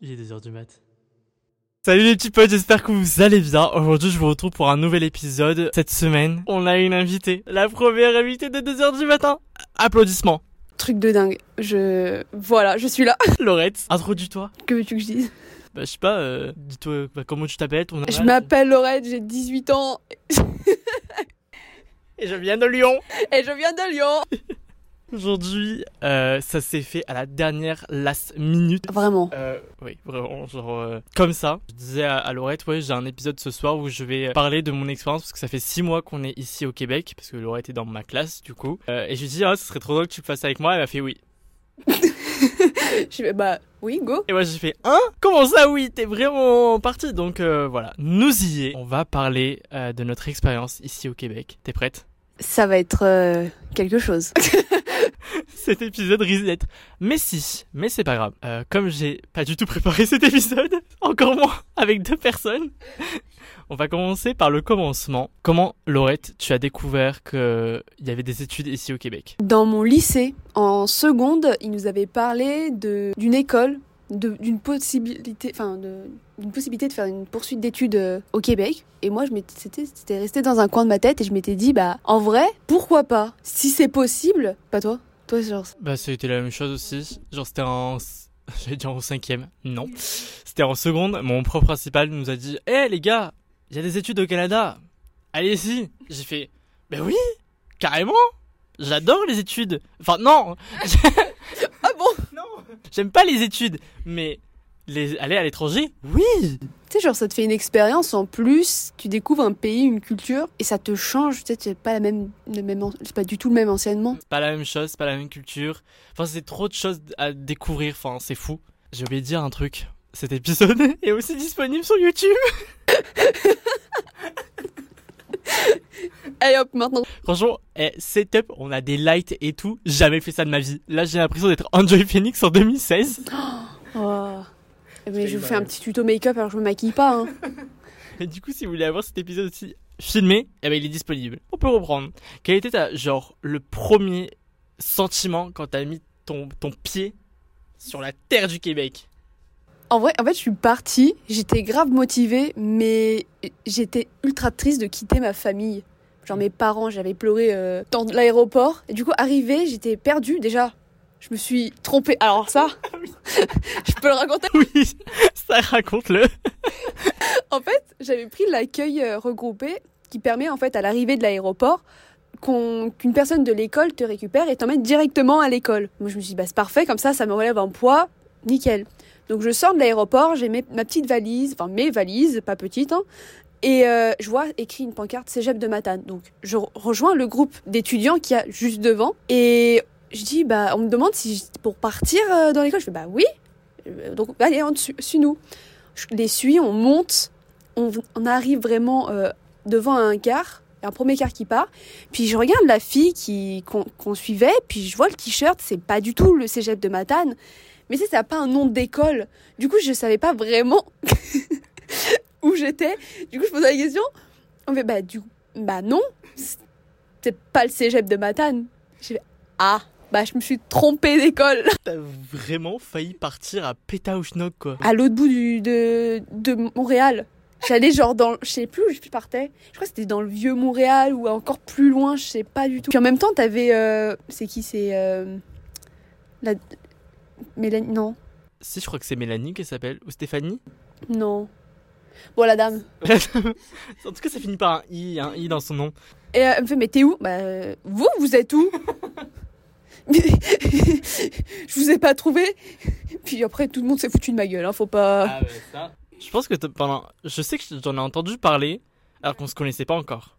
Il est 2h du mat. Salut les petits potes, j'espère que vous allez bien. Aujourd'hui, je vous retrouve pour un nouvel épisode. Cette semaine, on a une invitée. La première invitée de 2h du matin. Applaudissements. Truc de dingue. Je. Voilà, je suis là. Laurette, introduis-toi. Que veux-tu que je dise Bah, je sais pas, euh, dis-toi euh, bah, comment tu t'appelles, ton Je âge. m'appelle Laurette, j'ai 18 ans Et je viens de Lyon. et je viens de Lyon. Aujourd'hui, euh, ça s'est fait à la dernière last minute. Vraiment. Euh, oui, vraiment, genre euh, comme ça. Je disais à, à Laurette, ouais, j'ai un épisode ce soir où je vais parler de mon expérience parce que ça fait six mois qu'on est ici au Québec, parce que Laurette est dans ma classe du coup. Euh, et je lui dis, ah, ce serait trop drôle que tu le fasses avec moi. Elle m'a fait oui. Je fais, bah oui, go. Et moi j'ai fait, hein Comment ça, oui T'es vraiment parti. Donc euh, voilà, nous y est. On va parler euh, de notre expérience ici au Québec. T'es prête Ça va être euh, quelque chose. Cet épisode risque d'être. Mais si, mais c'est pas grave. Euh, comme j'ai pas du tout préparé cet épisode, encore moins avec deux personnes, on va commencer par le commencement. Comment, Laurette, tu as découvert qu'il y avait des études ici au Québec Dans mon lycée, en seconde, ils nous avaient parlé de d'une école, de- d'une possibilité, enfin de- d'une possibilité de faire une poursuite d'études euh, au Québec. Et moi, je m'étais, c'était, c'était resté dans un coin de ma tête et je m'étais dit, bah en vrai, pourquoi pas Si c'est possible, pas toi. Toi, genre, Bah, ça a été la même chose aussi. Genre, c'était en. J'allais dire en cinquième. Non. C'était en seconde. Mon prof principal nous a dit Hé les gars, il y a des études au Canada. Allez ici. J'ai fait Bah oui, carrément. J'adore les études. Enfin, non, ah bon J'aime pas les études, mais les... aller à l'étranger, oui Tu sais, genre, ça te fait une expérience en plus, tu découvres un pays, une culture, et ça te change. Tu sais, c'est pas, la même, le même, en- c'est pas du tout le même enseignement. C'est pas la même chose, c'est pas la même culture. Enfin, c'est trop de choses à découvrir, enfin, c'est fou. J'ai oublié de dire un truc. Cet épisode est aussi disponible sur YouTube. Allez hop, maintenant. Franchement, eh, setup, on a des lights et tout. Jamais fait ça de ma vie. Là, j'ai l'impression d'être Enjoy Phoenix en 2016. Oh. Mais C'est je vous pas fais un mal. petit tuto make-up alors je me maquille pas. Hein. Et du coup, si vous voulez avoir cet épisode aussi filmé, eh ben, il est disponible. On peut reprendre. Quel était ta, genre, le premier sentiment quand t'as mis ton, ton pied sur la terre du Québec En vrai, en fait, je suis partie, j'étais grave motivée, mais j'étais ultra triste de quitter ma famille. Genre mes parents, j'avais pleuré euh, dans l'aéroport. Et du coup, arrivée, j'étais perdue déjà. Je me suis trompée. Alors ça, je peux le raconter. Oui, ça raconte-le. En fait, j'avais pris l'accueil euh, regroupé qui permet en fait à l'arrivée de l'aéroport qu'on- qu'une personne de l'école te récupère et t'emmène directement à l'école. Moi je me suis dit bah c'est parfait comme ça ça me relève en poids, nickel. Donc je sors de l'aéroport, j'ai mes- ma petite valise, enfin mes valises, pas petites hein, et euh, je vois écrit une pancarte Cégep de Matane. Donc je re- rejoins le groupe d'étudiants qu'il y a juste devant et je dis bah on me demande si j- pour partir euh, dans l'école, je fais bah oui. Euh, Donc allez en dessus, suis-nous. Je les suis, on monte on, on arrive vraiment euh, devant un car, un premier car qui part. Puis je regarde la fille qui qu'on qu'on suivait, puis je vois le t-shirt, c'est pas du tout le cégep de Matane, mais tu sais, ça n'a pas un nom d'école. Du coup, je savais pas vraiment où j'étais. Du coup, je posais la question. On fait bah du bah non, c'est pas le cégep de Matane. J'ai fait, ah bah je me suis trompée d'école. T'as vraiment failli partir à Pétaouchnok, quoi. à l'autre bout du- de, de Montréal. J'allais genre dans, je sais plus où je partais. Je crois que c'était dans le vieux Montréal ou encore plus loin, je sais pas du tout. Puis en même temps, t'avais, euh, c'est qui, c'est euh, la Mélanie, non, Si, je crois que c'est Mélanie qui s'appelle, ou Stéphanie. non. Bon la dame. En tout cas, ça finit par un I, un I dans son nom. Et euh, elle me fait mais t'es où Bah euh, vous, vous êtes où Mais- Je vous ai pas trouvé. Puis après tout le monde s'est foutu de ma gueule, hein, faut pas. ouais, ça. Ah, Je pense que t'as- pendant. Je sais que j'en ai entendu parler, alors qu'on se connaissait pas encore.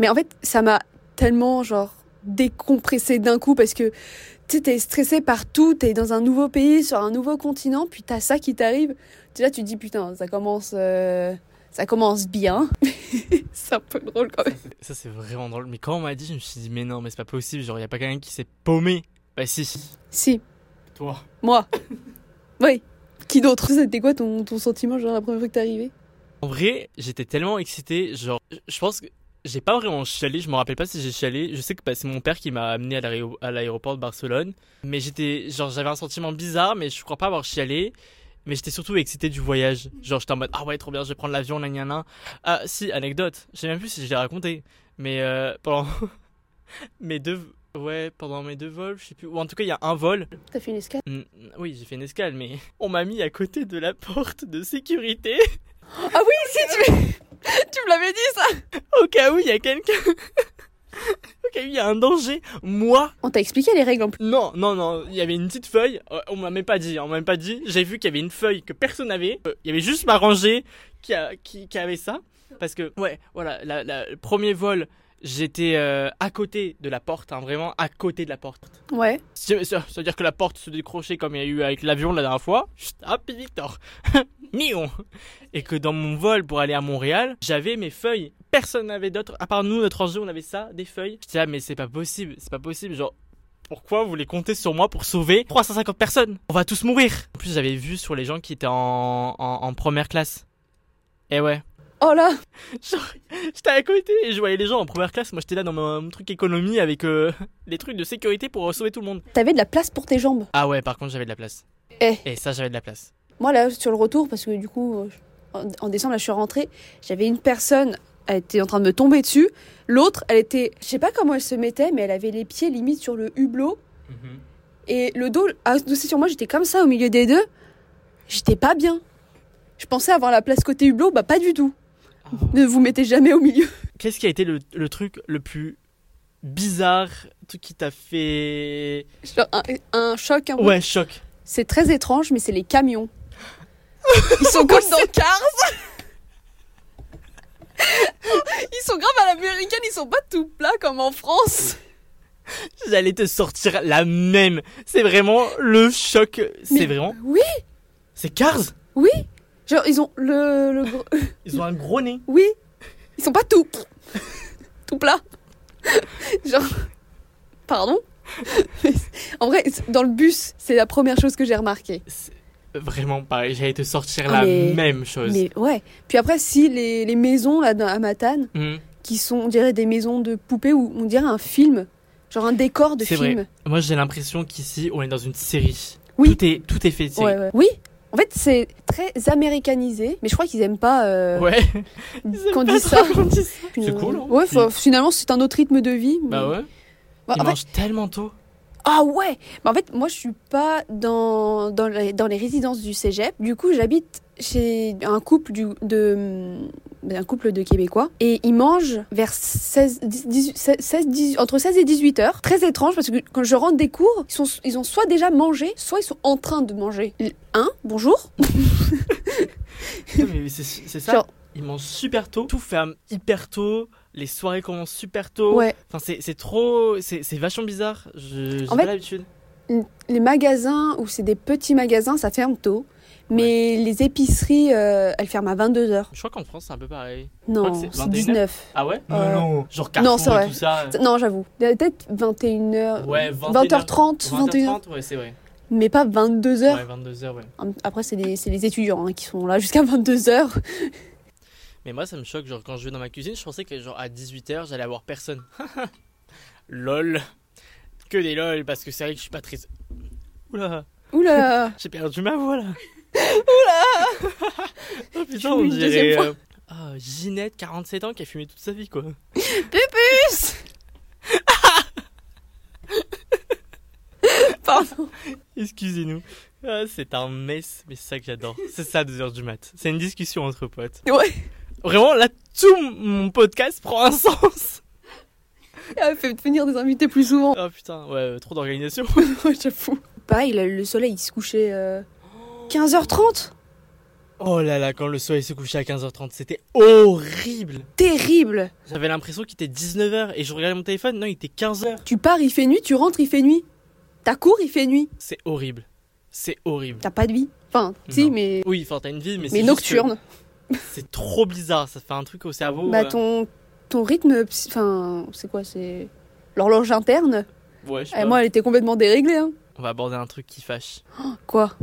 Mais en fait, ça m'a tellement genre décompressé d'un coup parce que tu sais, t'es stressé partout, t'es dans un nouveau pays, sur un nouveau continent, puis t'as ça qui t'arrive. Tu là, tu te dis putain, ça commence, euh, ça commence bien. c'est un peu drôle quand même. Ça, c'est vraiment drôle. Mais quand on m'a dit, je me suis dit, mais non, mais c'est pas possible, genre, y a pas quelqu'un qui s'est paumé. Bah, si. Si, Toi. moi. oui. Qui d'autre C'était quoi ton, ton sentiment genre la première fois que t'es arrivé En vrai, j'étais tellement excité, genre, je- je pense que j'ai pas vraiment chialé, je me rappelle pas si j'ai chialé. Je sais que bah, c'est mon père qui m'a amené à l'aéro- à l'aéroport de Barcelone, mais j'étais, genre, j'avais un sentiment bizarre, mais je crois pas avoir chialé. Mais j'étais surtout excité du voyage. Genre, j'étais en mode Ah ouais, trop bien, je vais prendre l'avion, nan nan nan. Ah, si, anecdote. Je sais même plus si je l'ai raconté. Mais euh, pendant mes deux. Ouais, pendant mes deux vols, je sais plus. Ou en tout cas, il y a un vol. T'as fait une escale Mm, Oui, j'ai fait une escale, mais on m'a mis à côté de la porte de sécurité. Ah oui, si, tu, tu me l'avais dit ça Au cas où il y a quelqu'un. Au cas où il y a un danger. Moi, On t'a expliqué les règles en plus. Non, non, non, il y avait une petite feuille, euh, on m'a même pas dit, on m'a même pas dit, j'ai vu qu'il y avait une feuille que personne n'avait, Euh, il y avait juste ma rangée qui, a- qui, qui avait ça, parce que, ouais, voilà, la- la- le premier vol, j'étais euh, à côté de la porte, hein, vraiment à côté de la porte. Ouais. C'est- c'est- C'est-à-dire que la porte se décrochait comme il y a eu avec l'avion la dernière fois, Chut, hop, et Victor, Mignon. Et que dans mon vol pour aller à Montréal, j'avais mes feuilles, personne n'avait d'autres, à part nous, notre rangée, on avait ça, des feuilles. J'étais là, mais c'est pas possible, c'est pas possible, genre, pourquoi vous voulez compter sur moi pour sauver 350 personnes On va tous mourir En plus, j'avais vu sur les gens qui étaient en, en, en première classe. Et ouais. Oh là Genre, j'étais à côté et je voyais les gens en première classe. Moi, j'étais là dans mon, mon truc économie avec euh, les trucs de sécurité pour sauver tout le monde. T'avais de la place pour tes jambes. Ah ouais, par contre, j'avais de la place. Eh. Et ça, j'avais de la place. Moi, là, sur le retour, parce que du coup, euh, je- en, en décembre, là, je suis rentrée, j'avais une personne, elle était en train de me tomber dessus. L'autre, elle était, je sais pas comment elle se mettait, mais elle avait les pieds limite sur le hublot. Et le dos adossé sur moi, j'étais comme ça au milieu des deux. J'étais pas bien. Je pensais avoir la place côté hublot, bah pas du tout. Ah. Ne vous mettez jamais au milieu. Qu'est-ce qui a été le, le truc le plus bizarre, truc qui t'a fait... Genre, un, un choc un peu. Ouais, choc. C'est très étrange, mais c'est les camions. Ils sont comme dans Cars. ils sont grave à l'américaine, ils sont pas tout plats comme en France. J'allais te sortir la même. C'est vraiment le choc. Mais- C'est vraiment... Oui, C'est Cars genre ils ont le, le gros- euh, Ils ont un gros nez. oui, ils sont pas tout tout plats. genre pardon. en vrai, c'est- dans le bus, c'est la première chose que j'ai remarqué. Vraiment pareil, j'allais te sortir Ah, la mais- même chose. Mais ouais. Puis après, si les, les maisons là dans- à Matane, Mhm. qui sont, on dirait des maisons de poupées ou on dirait un film, genre un décor de C'est film. vrai. Moi j'ai l'impression qu'ici on est dans une série. Oui. Tout est, tout est fait de série. Ouais, ouais. Oui, en fait, c'est très américanisé, mais je crois qu'ils aiment pas euh, Ouais. qu'on Ils aiment dise pas ça. trop qu'on dise ça. Finalement. cool, hein. Ouais, fin- finalement, c'est un autre rythme de vie. mais- Bah ouais. Bah, Ils en fait, mangent tellement tôt. ah ouais Bah, En fait, moi, je suis pas dans, dans, les, dans les résidences du cégep. Du coup, j'habite chez un couple, du, de, ben, un couple de Québécois et ils mangent vers 16, 18, 16, 18 entre 16 et 18 heures. Très étrange parce que quand je rentre des cours, ils, sont, ils ont soit déjà mangé, soit ils sont en train de manger. Hein Bonjour Non, mais c'est c'est ça. Genre- Ils mangent super tôt. Tout ferme hyper tôt. Les soirées commencent super tôt. Ouais. Enfin c'est c'est trop. C'est c'est vachement bizarre. Je- J'ai En pas fait- l'habitude. les magasins où c'est des petits magasins, ça ferme tôt. Mais les épiceries, euh, elles ferment à 22h. Je crois qu'en France c'est un peu pareil. Non, crois que c'est c'est 21h. 19. Ah ouais Mais Ouais. non. Genre Non, c'est Carrefour vrai. et tout ça. Non, j'avoue. Peut-être 21h. Ouais, 20h30, 21h. 20h30, ouais, c'est vrai. Mais pas 22h. Ouais, 22h, ouais. Après, c'est les, c'est les étudiants hein, qui sont là jusqu'à 22h. Mais moi, ça me choque. Genre, quand je vais dans ma cuisine, je pensais que genre à 18h, j'allais avoir personne. lol. Que des lol, parce que c'est vrai que je suis pas très. Oula, Oula j'ai perdu ma voix là. Oula Oh putain, Je on l'ai eu une deuxième dirait. fois. euh, ah, Ginette, 47 ans, qui a fumé toute sa vie quoi. Pupus Pardon. Excusez-nous. Ah, c'est un mess, mais c'est ça que j'adore. C'est ça, 2h du mat. C'est une discussion entre potes. Ouais. Vraiment, là, tout mon podcast prend un sens. Ah, fait venir des invités plus souvent. Oh putain, ouais, euh, trop d'organisation. Ouais, J'avoue. Pareil, le le soleil, il se couchait euh, 15h30. Oh là là, quand le soleil se couchait à 15h30, c'était horrible. Terrible. J'avais l'impression qu'il était 19h et je regardais mon téléphone, non, il était 15h. Tu pars, il fait nuit, tu rentres, il fait nuit. T'as cours, il fait nuit. C'est horrible. C'est horrible. T'as pas de vie. Enfin, si, Non. mais, Oui, enfin, t'as une vie, mais, mais, c'est juste euh, que nocturne. C'est trop bizarre, ça fait un truc au cerveau. Bah, euh, ton, ton rythme. psy- Enfin, c'est quoi C'est l'horloge interne Ouais, je sais Eh, pas. Moi, elle était complètement déréglée. Hein. On va aborder un truc qui fâche Quoi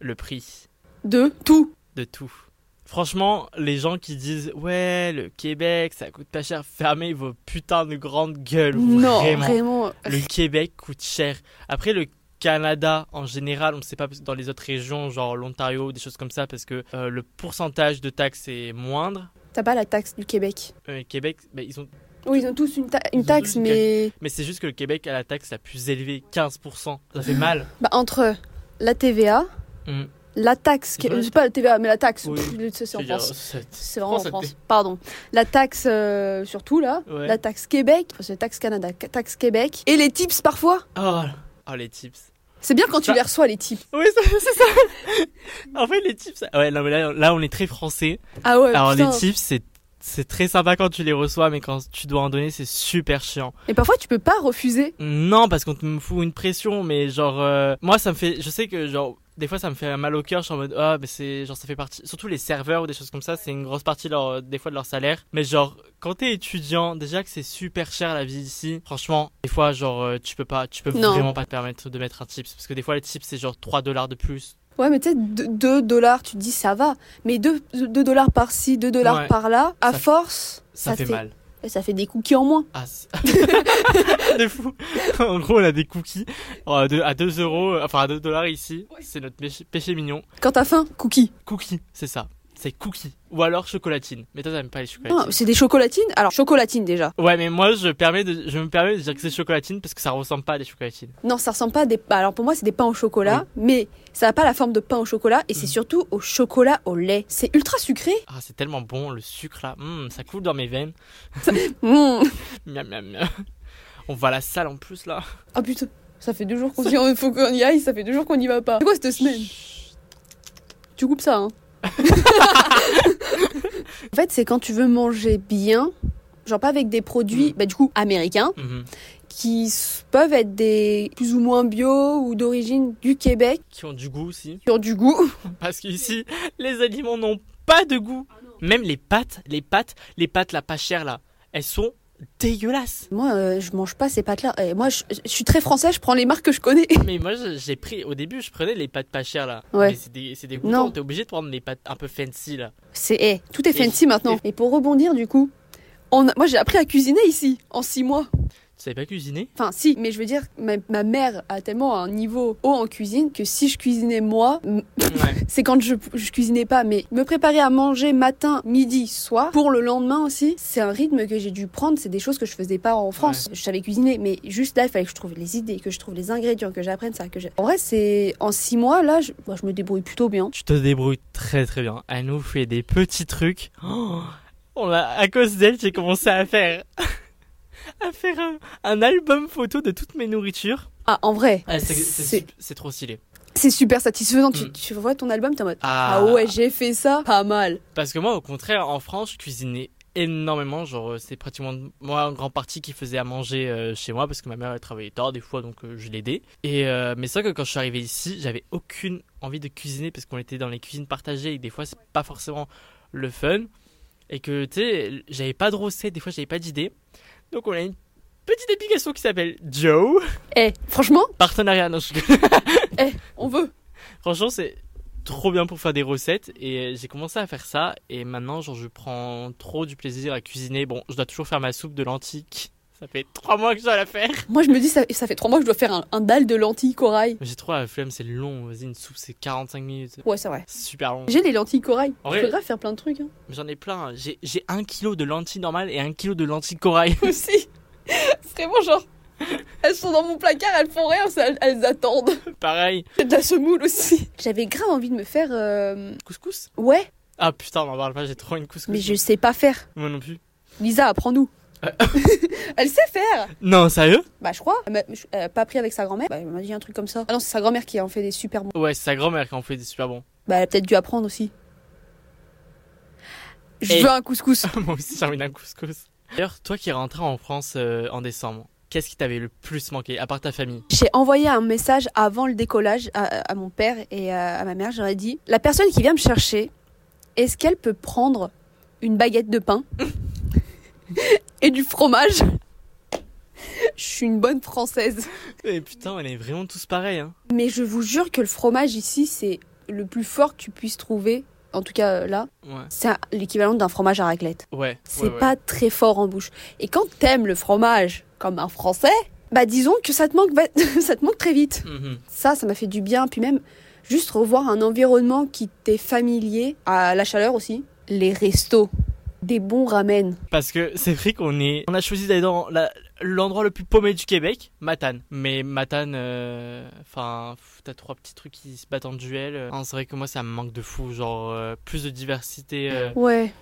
le prix De tout. de tout. Franchement, les gens qui disent Ouais, le Québec, ça coûte pas cher, fermez vos putains de grandes gueules. Non, vraiment. vraiment. Le Québec coûte cher. Après, le Canada en général, on ne sait pas dans les autres régions, genre l'Ontario, des choses comme ça, parce que euh, le pourcentage de taxes est moindre. T'as pas la taxe du Québec. Euh, Québec, bah, ils ont... Oui, ils ont tous une, ta- une Ils ont taxe, tous une mais mais c'est juste que le Québec a la taxe la plus élevée, 15%. Ça fait mal. bah, entre la TVA, Mm. la taxe, qui- Ouais. je sais pas la TVA, mais la taxe, Oui. pff, ça, c'est Je veux en dire, France. c'est- C'est vraiment en France, France. Pardon. La taxe euh, surtout là, Ouais. la taxe Québec, enfin, c'est la taxe Canada, ca- taxe Québec, et les tips parfois. Oh, oh, les tips. C'est bien quand tu Ça- les reçois les tips. Oui, ça- c'est ça. en fait, les tips. Ouais, non, mais là, là, on est très français. Ah ouais. Alors, putain. les tips, c'est. C'est très sympa quand tu les reçois, mais quand tu dois en donner, c'est super chiant. Et parfois tu peux pas refuser. Non, parce qu'on te me fout une pression, mais genre, euh, moi, ça me fait. Je sais que, genre, des fois, ça me fait mal au cœur. Je suis en mode, ah, mais c'est. Genre, ça fait partie. Surtout les serveurs ou des choses comme ça, c'est une grosse partie, de leur, euh, des fois, de leur salaire. Mais genre, quand t'es étudiant, déjà que c'est super cher la vie ici, franchement, des fois, genre, euh, tu peux pas. Tu peux Non. vraiment pas te permettre de mettre un tips. Parce que des fois, les tips, c'est genre 3 dollars de plus. Ouais, mais tu sais, 2 dollars, tu te dis ça va. Mais 2 dollars par-ci, 2 dollars Ouais. par-là, à Ça- force, ça fait mal. Et ça fait des cookies en moins. Ah, c'est- de fou. En gros, on a des cookies euh, de- à 2 euros, euh, enfin à 2 dollars ici. C'est notre péché, péché mignon. Quand t'as faim, cookies. Cookies, c'est ça. C'est cookies. Ou alors chocolatine. Mais toi, t'aimes pas les Ah, chocolatines. c'est des chocolatines Alors, chocolatines déjà. Ouais, mais moi, je, permets de, je me permets de dire que c'est chocolatine parce que ça ressemble pas à des chocolatines. Non, ça ressemble pas à des. bah, Alors, pour moi, c'est des pains au chocolat, mais ça n'a pas la forme de pain au chocolat, et c'est Mm. surtout au chocolat au lait. C'est ultra sucré. Ah, c'est tellement bon, le sucre là. Hum, ça coule dans mes veines. Mm. Miam, miam, miam. On va à la salle en plus là. Ah putain, ça fait deux jours qu'on dit on- faut qu'on y aille, ça fait deux jours qu'on n'y va pas. C'est quoi cette semaine Tu coupes ça, hein En fait, c'est quand tu veux manger bien, genre pas avec des produits, Mm. bah, du coup, américains, Mhm. qui s- peuvent être des plus ou moins bio ou d'origine du Québec, Qui ont du goût aussi. qui ont du goût. Parce qu'ici, les aliments n'ont pas de goût. Ah Même les pâtes, les pâtes, les pâtes là pas chères là, elles sont dégueulasses. Moi, euh, je mange pas ces pâtes-là. Et moi, je, je suis très français, je prends les marques que je connais. Mais moi je- j'ai pris, au début je prenais les pâtes pas chères là. Ouais. Mais c'est des, c'est des Non. t'es obligé de prendre les pâtes un peu fancy là. C'est, eh, tout est Et- fancy maintenant. Et pour rebondir, du coup, on a- moi, j'ai appris à cuisiner ici, en six mois. Tu savais pas cuisiner Enfin, si, mais je veux dire, ma, ma mère a tellement un niveau haut en cuisine que si je cuisinais moi, m- Ouais. c'est quand je, je cuisinais pas, mais me préparer à manger matin, midi, soir, pour le lendemain aussi, c'est un rythme que j'ai dû prendre, c'est des choses que je faisais pas en France. Je savais cuisiner, mais juste là, il fallait que je trouve les idées, que je trouve les ingrédients, que j'apprenne ça, que j'ai. En vrai, c'est en six mois, là, je, moi, je me débrouille plutôt bien. Tu te débrouilles très très bien. Elle nous fait des petits trucs. Oh, on a, à cause d'elle j'ai commencé à faire, à faire un, un album photo de toutes mes nourritures. Ah, en vrai, Ah, c'est- c'est c'est su- c'est trop stylé. c'est super satisfaisant. Tu, Mm. tu vois ton album, t'es en mode. Ah ouais, j'ai fait ça, pas mal. Parce que moi, au contraire, en France, je cuisinais énormément. Genre, euh, c'est pratiquement moi en grande partie qui faisais à manger euh, chez moi parce que ma mère elle travaillait tard des fois, donc euh, je l'aidais. Et euh, mais c'est vrai que quand je suis arrivé ici, j'avais aucune envie de cuisiner parce qu'on était dans les cuisines partagées et des fois c'est pas forcément le fun. Et que tu sais, j'avais pas de recettes, des fois j'avais pas d'idées. Donc on a une petite application qui s'appelle Joe. Eh, franchement, Partenariat, non, je... on veut. Franchement, c'est trop bien pour faire des recettes et j'ai commencé à faire ça et maintenant genre je prends trop du plaisir à cuisiner. Bon, je dois toujours faire ma soupe de l'antique. Ça fait trois mois que je dois la faire. Moi, je me dis, ça, ça fait trois mois que je dois faire un, un dalle de lentilles corail. Mais J'ai trop la flemme, c'est long. Vas-y, une soupe c'est 45 minutes. Ouais, c'est vrai. C'est super long. J'ai les lentilles corail. En Je vrai- peux grave faire plein de trucs. Hein. Mais J'en ai plein. hein. J'ai j'ai un kilo de lentilles normales et un kilo de lentilles corail. Aussi. Vraiment, genre. Elles sont dans mon placard, elles font rien, ça- elles, attendent. Pareil. J'ai de la semoule aussi. J'avais grave envie de me faire. euh, Couscous Ouais, Ah putain, on m'en parle pas, j'ai trop une couscous. mais je sais pas faire. Moi non plus. Lisa, apprends-nous. elle sait faire. Non, sérieux Bah, je crois. Elle m'a- je- elle a pas appris avec sa grand-mère. Bah, elle m'a dit un truc comme ça. Ah non, c'est sa grand-mère qui en fait des super bons. Ouais, c'est sa grand-mère qui en fait des super bons. Bah, elle a peut-être dû apprendre aussi. Je Et- veux un couscous. Moi aussi, j'ai envie d'un couscous. D'ailleurs, toi qui es rentré en France euh, en décembre, qu'est-ce qui t'avait le plus manqué, à part ta famille J'ai envoyé un message avant le décollage à, à mon père et à, à ma mère. J'aurais dit La personne qui vient me chercher, est-ce qu'elle peut prendre une baguette de pain et du fromage Je suis une bonne française. Et Eh, putain, on est vraiment tous pareils. Hein. Mais je vous jure que le fromage ici, c'est le plus fort que tu puisses trouver. En tout cas, euh, là, Ouais. c'est un- l'équivalent d'un fromage à raclette. Ouais. C'est pas très fort en bouche. Et quand t'aimes le fromage comme un français, bah disons que ça te manque, va- ça te manque très vite. Mhm. Ça, ça m'a fait du bien. Puis même, juste revoir un environnement qui t'est familier, à la chaleur aussi. Les restos, des bons ramen. Parce que c'est vrai qu'on est, on a choisi d'aller dans la- l'endroit le plus paumé du Québec, Matane. Mais Matane, euh, enfin, pff, t'as trois petits trucs qui se battent en duel. Euh, C'est vrai que moi, ça me manque de fou, genre euh, plus de diversité euh, Ouais.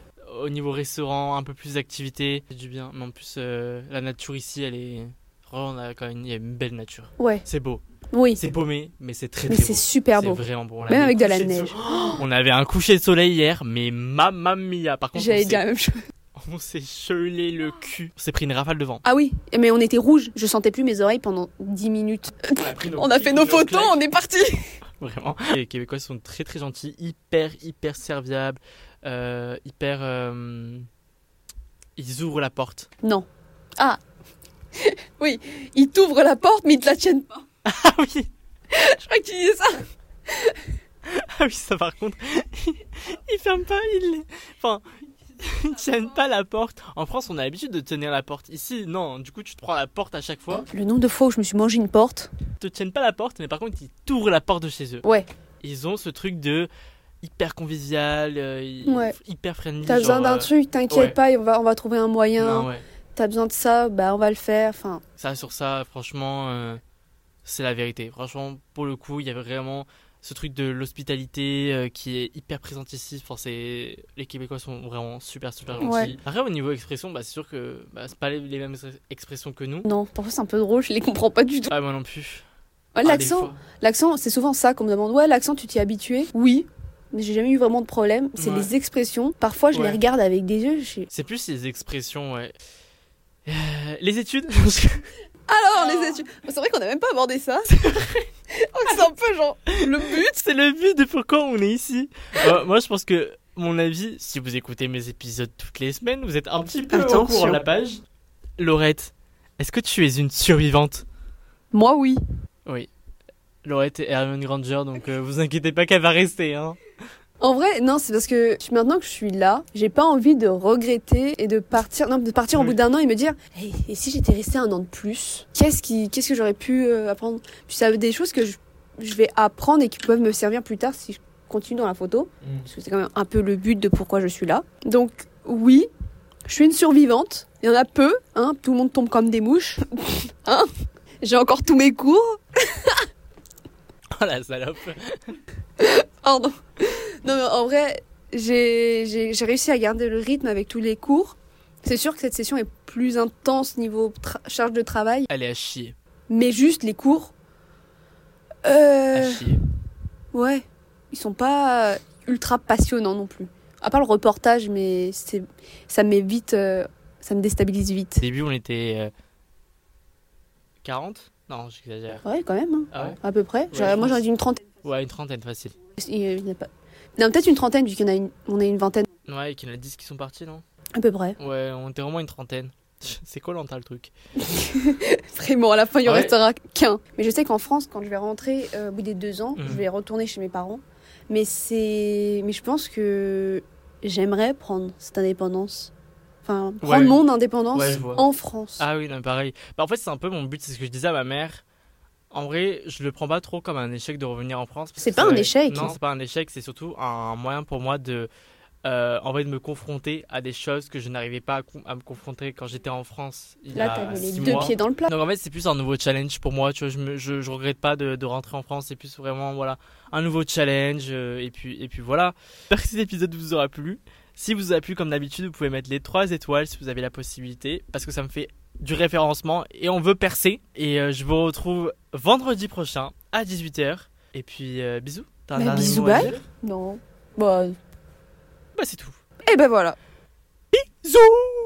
au niveau restaurant, un peu plus d'activité, c'est du bien. Mais en plus, euh, la nature ici, elle est, vraiment, on a quand même, il y a une belle nature. Ouais. C'est beau, Oui. c'est paumé, mais c'est très Mais très c'est beau. super C'est beau. vraiment beau. On Même avait avec un de la coucher neige. Oh soleil- On avait un coucher de soleil hier, mais mamma mia. Par contre, on J'allais s'est, dire la même chose. on s'est gelé le cul. On s'est pris une rafale de vent. Ah oui, mais on était rouge. Je sentais plus mes oreilles pendant 10 minutes. On a, pris nos On a petits fait nos coups de photos, claque, on est parti. Vraiment. Les Québécois sont très très gentils, hyper hyper serviables, euh, hyper. euh, ils ouvrent la porte. Non. Ah. Oui, ils t'ouvrent la porte, mais ils te la tiennent pas. Ah oui, Je crois que tu disais ça. ah oui, ça par contre, ils ferment pas, ils, enfin, ils tiennent pas la porte. En France, on a l'habitude de tenir la porte. Ici, non. Du coup, tu te prends la porte à chaque fois. Le nombre de fois où je me suis mangé une porte. te tiennent pas la porte, mais par contre, ils t'ouvrent la porte de chez eux. Ouais. Ils ont ce truc de hyper convivial, euh, hy- Ouais. hyper friendly. T'as besoin genre, d'un euh, truc, t'inquiète ouais. pas, on va, on va trouver un moyen. Non, ouais. T'as besoin de ça, bah on va le faire. Enfin, Ça, sur ça, franchement, euh, c'est la vérité. Franchement, pour le coup, il y avait vraiment ce truc de l'hospitalité euh, qui est hyper présent ici. Enfin, c'est- les Québécois sont vraiment super, super gentils. Ouais. Après, au niveau expression, bah, c'est sûr que bah, c'est pas les, les mêmes expressions que nous. non, parfois c'est un peu drôle, je les comprends pas du tout. Ah, moi non plus. Ah, Ouais, des l'accent, fois. l'accent, c'est souvent ça qu'on me demande. Ouais, l'accent, tu t'y es habitué Oui, mais j'ai jamais eu vraiment de problème. C'est Ouais. les expressions. Parfois, je Ouais. les regarde avec des yeux. je suis- C'est plus les expressions, ouais. Euh, les études Alors, les études. C'est vrai qu'on a même pas abordé ça. Oh, c'est un peu genre le but. C'est le but de pourquoi on est ici. Euh, moi, je pense que mon avis, si vous écoutez mes épisodes toutes les semaines, vous êtes un petit peu au courant de la page. Laurette, est-ce que tu es une survivante Moi, oui. Oui. Laurette est Hermione Granger, donc euh, vous inquiétez pas qu'elle va rester. Hein. En vrai, non, c'est parce que maintenant que je suis là, j'ai pas envie de regretter et de partir, non, de partir au Oui. bout d'un an et me dire, Hey, et si j'étais restée un an de plus, qu'est-ce qui, qu'est-ce que j'aurais pu euh, apprendre Puis ça, des choses que je, je vais apprendre et qui peuvent me servir plus tard si je continue dans la photo, parce que c'est quand même un peu le but de pourquoi je suis là. Donc oui, je suis une survivante. Il y en a peu, hein. Tout le monde tombe comme des mouches, hein. J'ai encore tous mes cours. Oh la salope. Pardon. Non, mais en vrai, j'ai j'ai- j'ai réussi à garder le rythme avec tous les cours. C'est sûr que cette session est plus intense niveau tra- charge de travail, Elle est à chier. mais juste les cours. À Euh, chier. ouais, ils sont pas ultra passionnants non plus. À part le reportage, mais c'est ça me met vite, euh, ça me déstabilise Au vite. début, on était. euh, 40 Non, j'exagère. Ouais, quand même, hein, Ah ouais à peu près. je J'aurais- moi, pense. j'aurais dit une trentaine. Ouais, une trentaine, facile. Il y a- il y en a pas. Non, peut-être une trentaine, vu qu'on a une, on a une vingtaine, Ouais, et qu'il y en a 10 qui sont partis, non à peu près. Ouais, on était vraiment une trentaine. C'est quoi l'antal le truc Vraiment, à la fin, il en Ouais. restera qu'un. Mais je sais qu'en France, quand je vais rentrer euh, au bout des deux ans, Mhm. je vais retourner chez mes parents. Mais c'est, mais je pense que j'aimerais prendre cette indépendance, enfin prendre Ouais. mon indépendance Ouais, je vois. en France. Ah oui, non, pareil. Bah, en fait, c'est un peu mon but, c'est ce que je disais à ma mère. En vrai, je le prends pas trop comme un échec de revenir en France. parce que C'est pas un vrai- échec. Non, c'est pas un échec, c'est surtout un moyen pour moi de, euh, en fait, de me confronter à des choses que je n'arrivais pas à, con- à me confronter quand j'étais en France. Il y Là, a t'avais les six deux mois. pieds dans le plat. Donc en fait, c'est plus un nouveau challenge pour moi. Tu vois, je, me, je, je regrette pas de, de rentrer en France. C'est plus vraiment voilà un nouveau challenge. euh, et puis et puis voilà. J'espère que cet épisode vous aura plu. Si vous a plu, comme d'habitude, vous pouvez mettre les 3 étoiles si vous avez la possibilité, parce que ça me fait du référencement et on veut percer. Et euh, je vous retrouve vendredi prochain à 18h. Et puis euh, bisous. T'as un Bah, dernier bisous, mot à bye. dire Non. Bah, Bah c'est tout. et ben voilà. Bisous.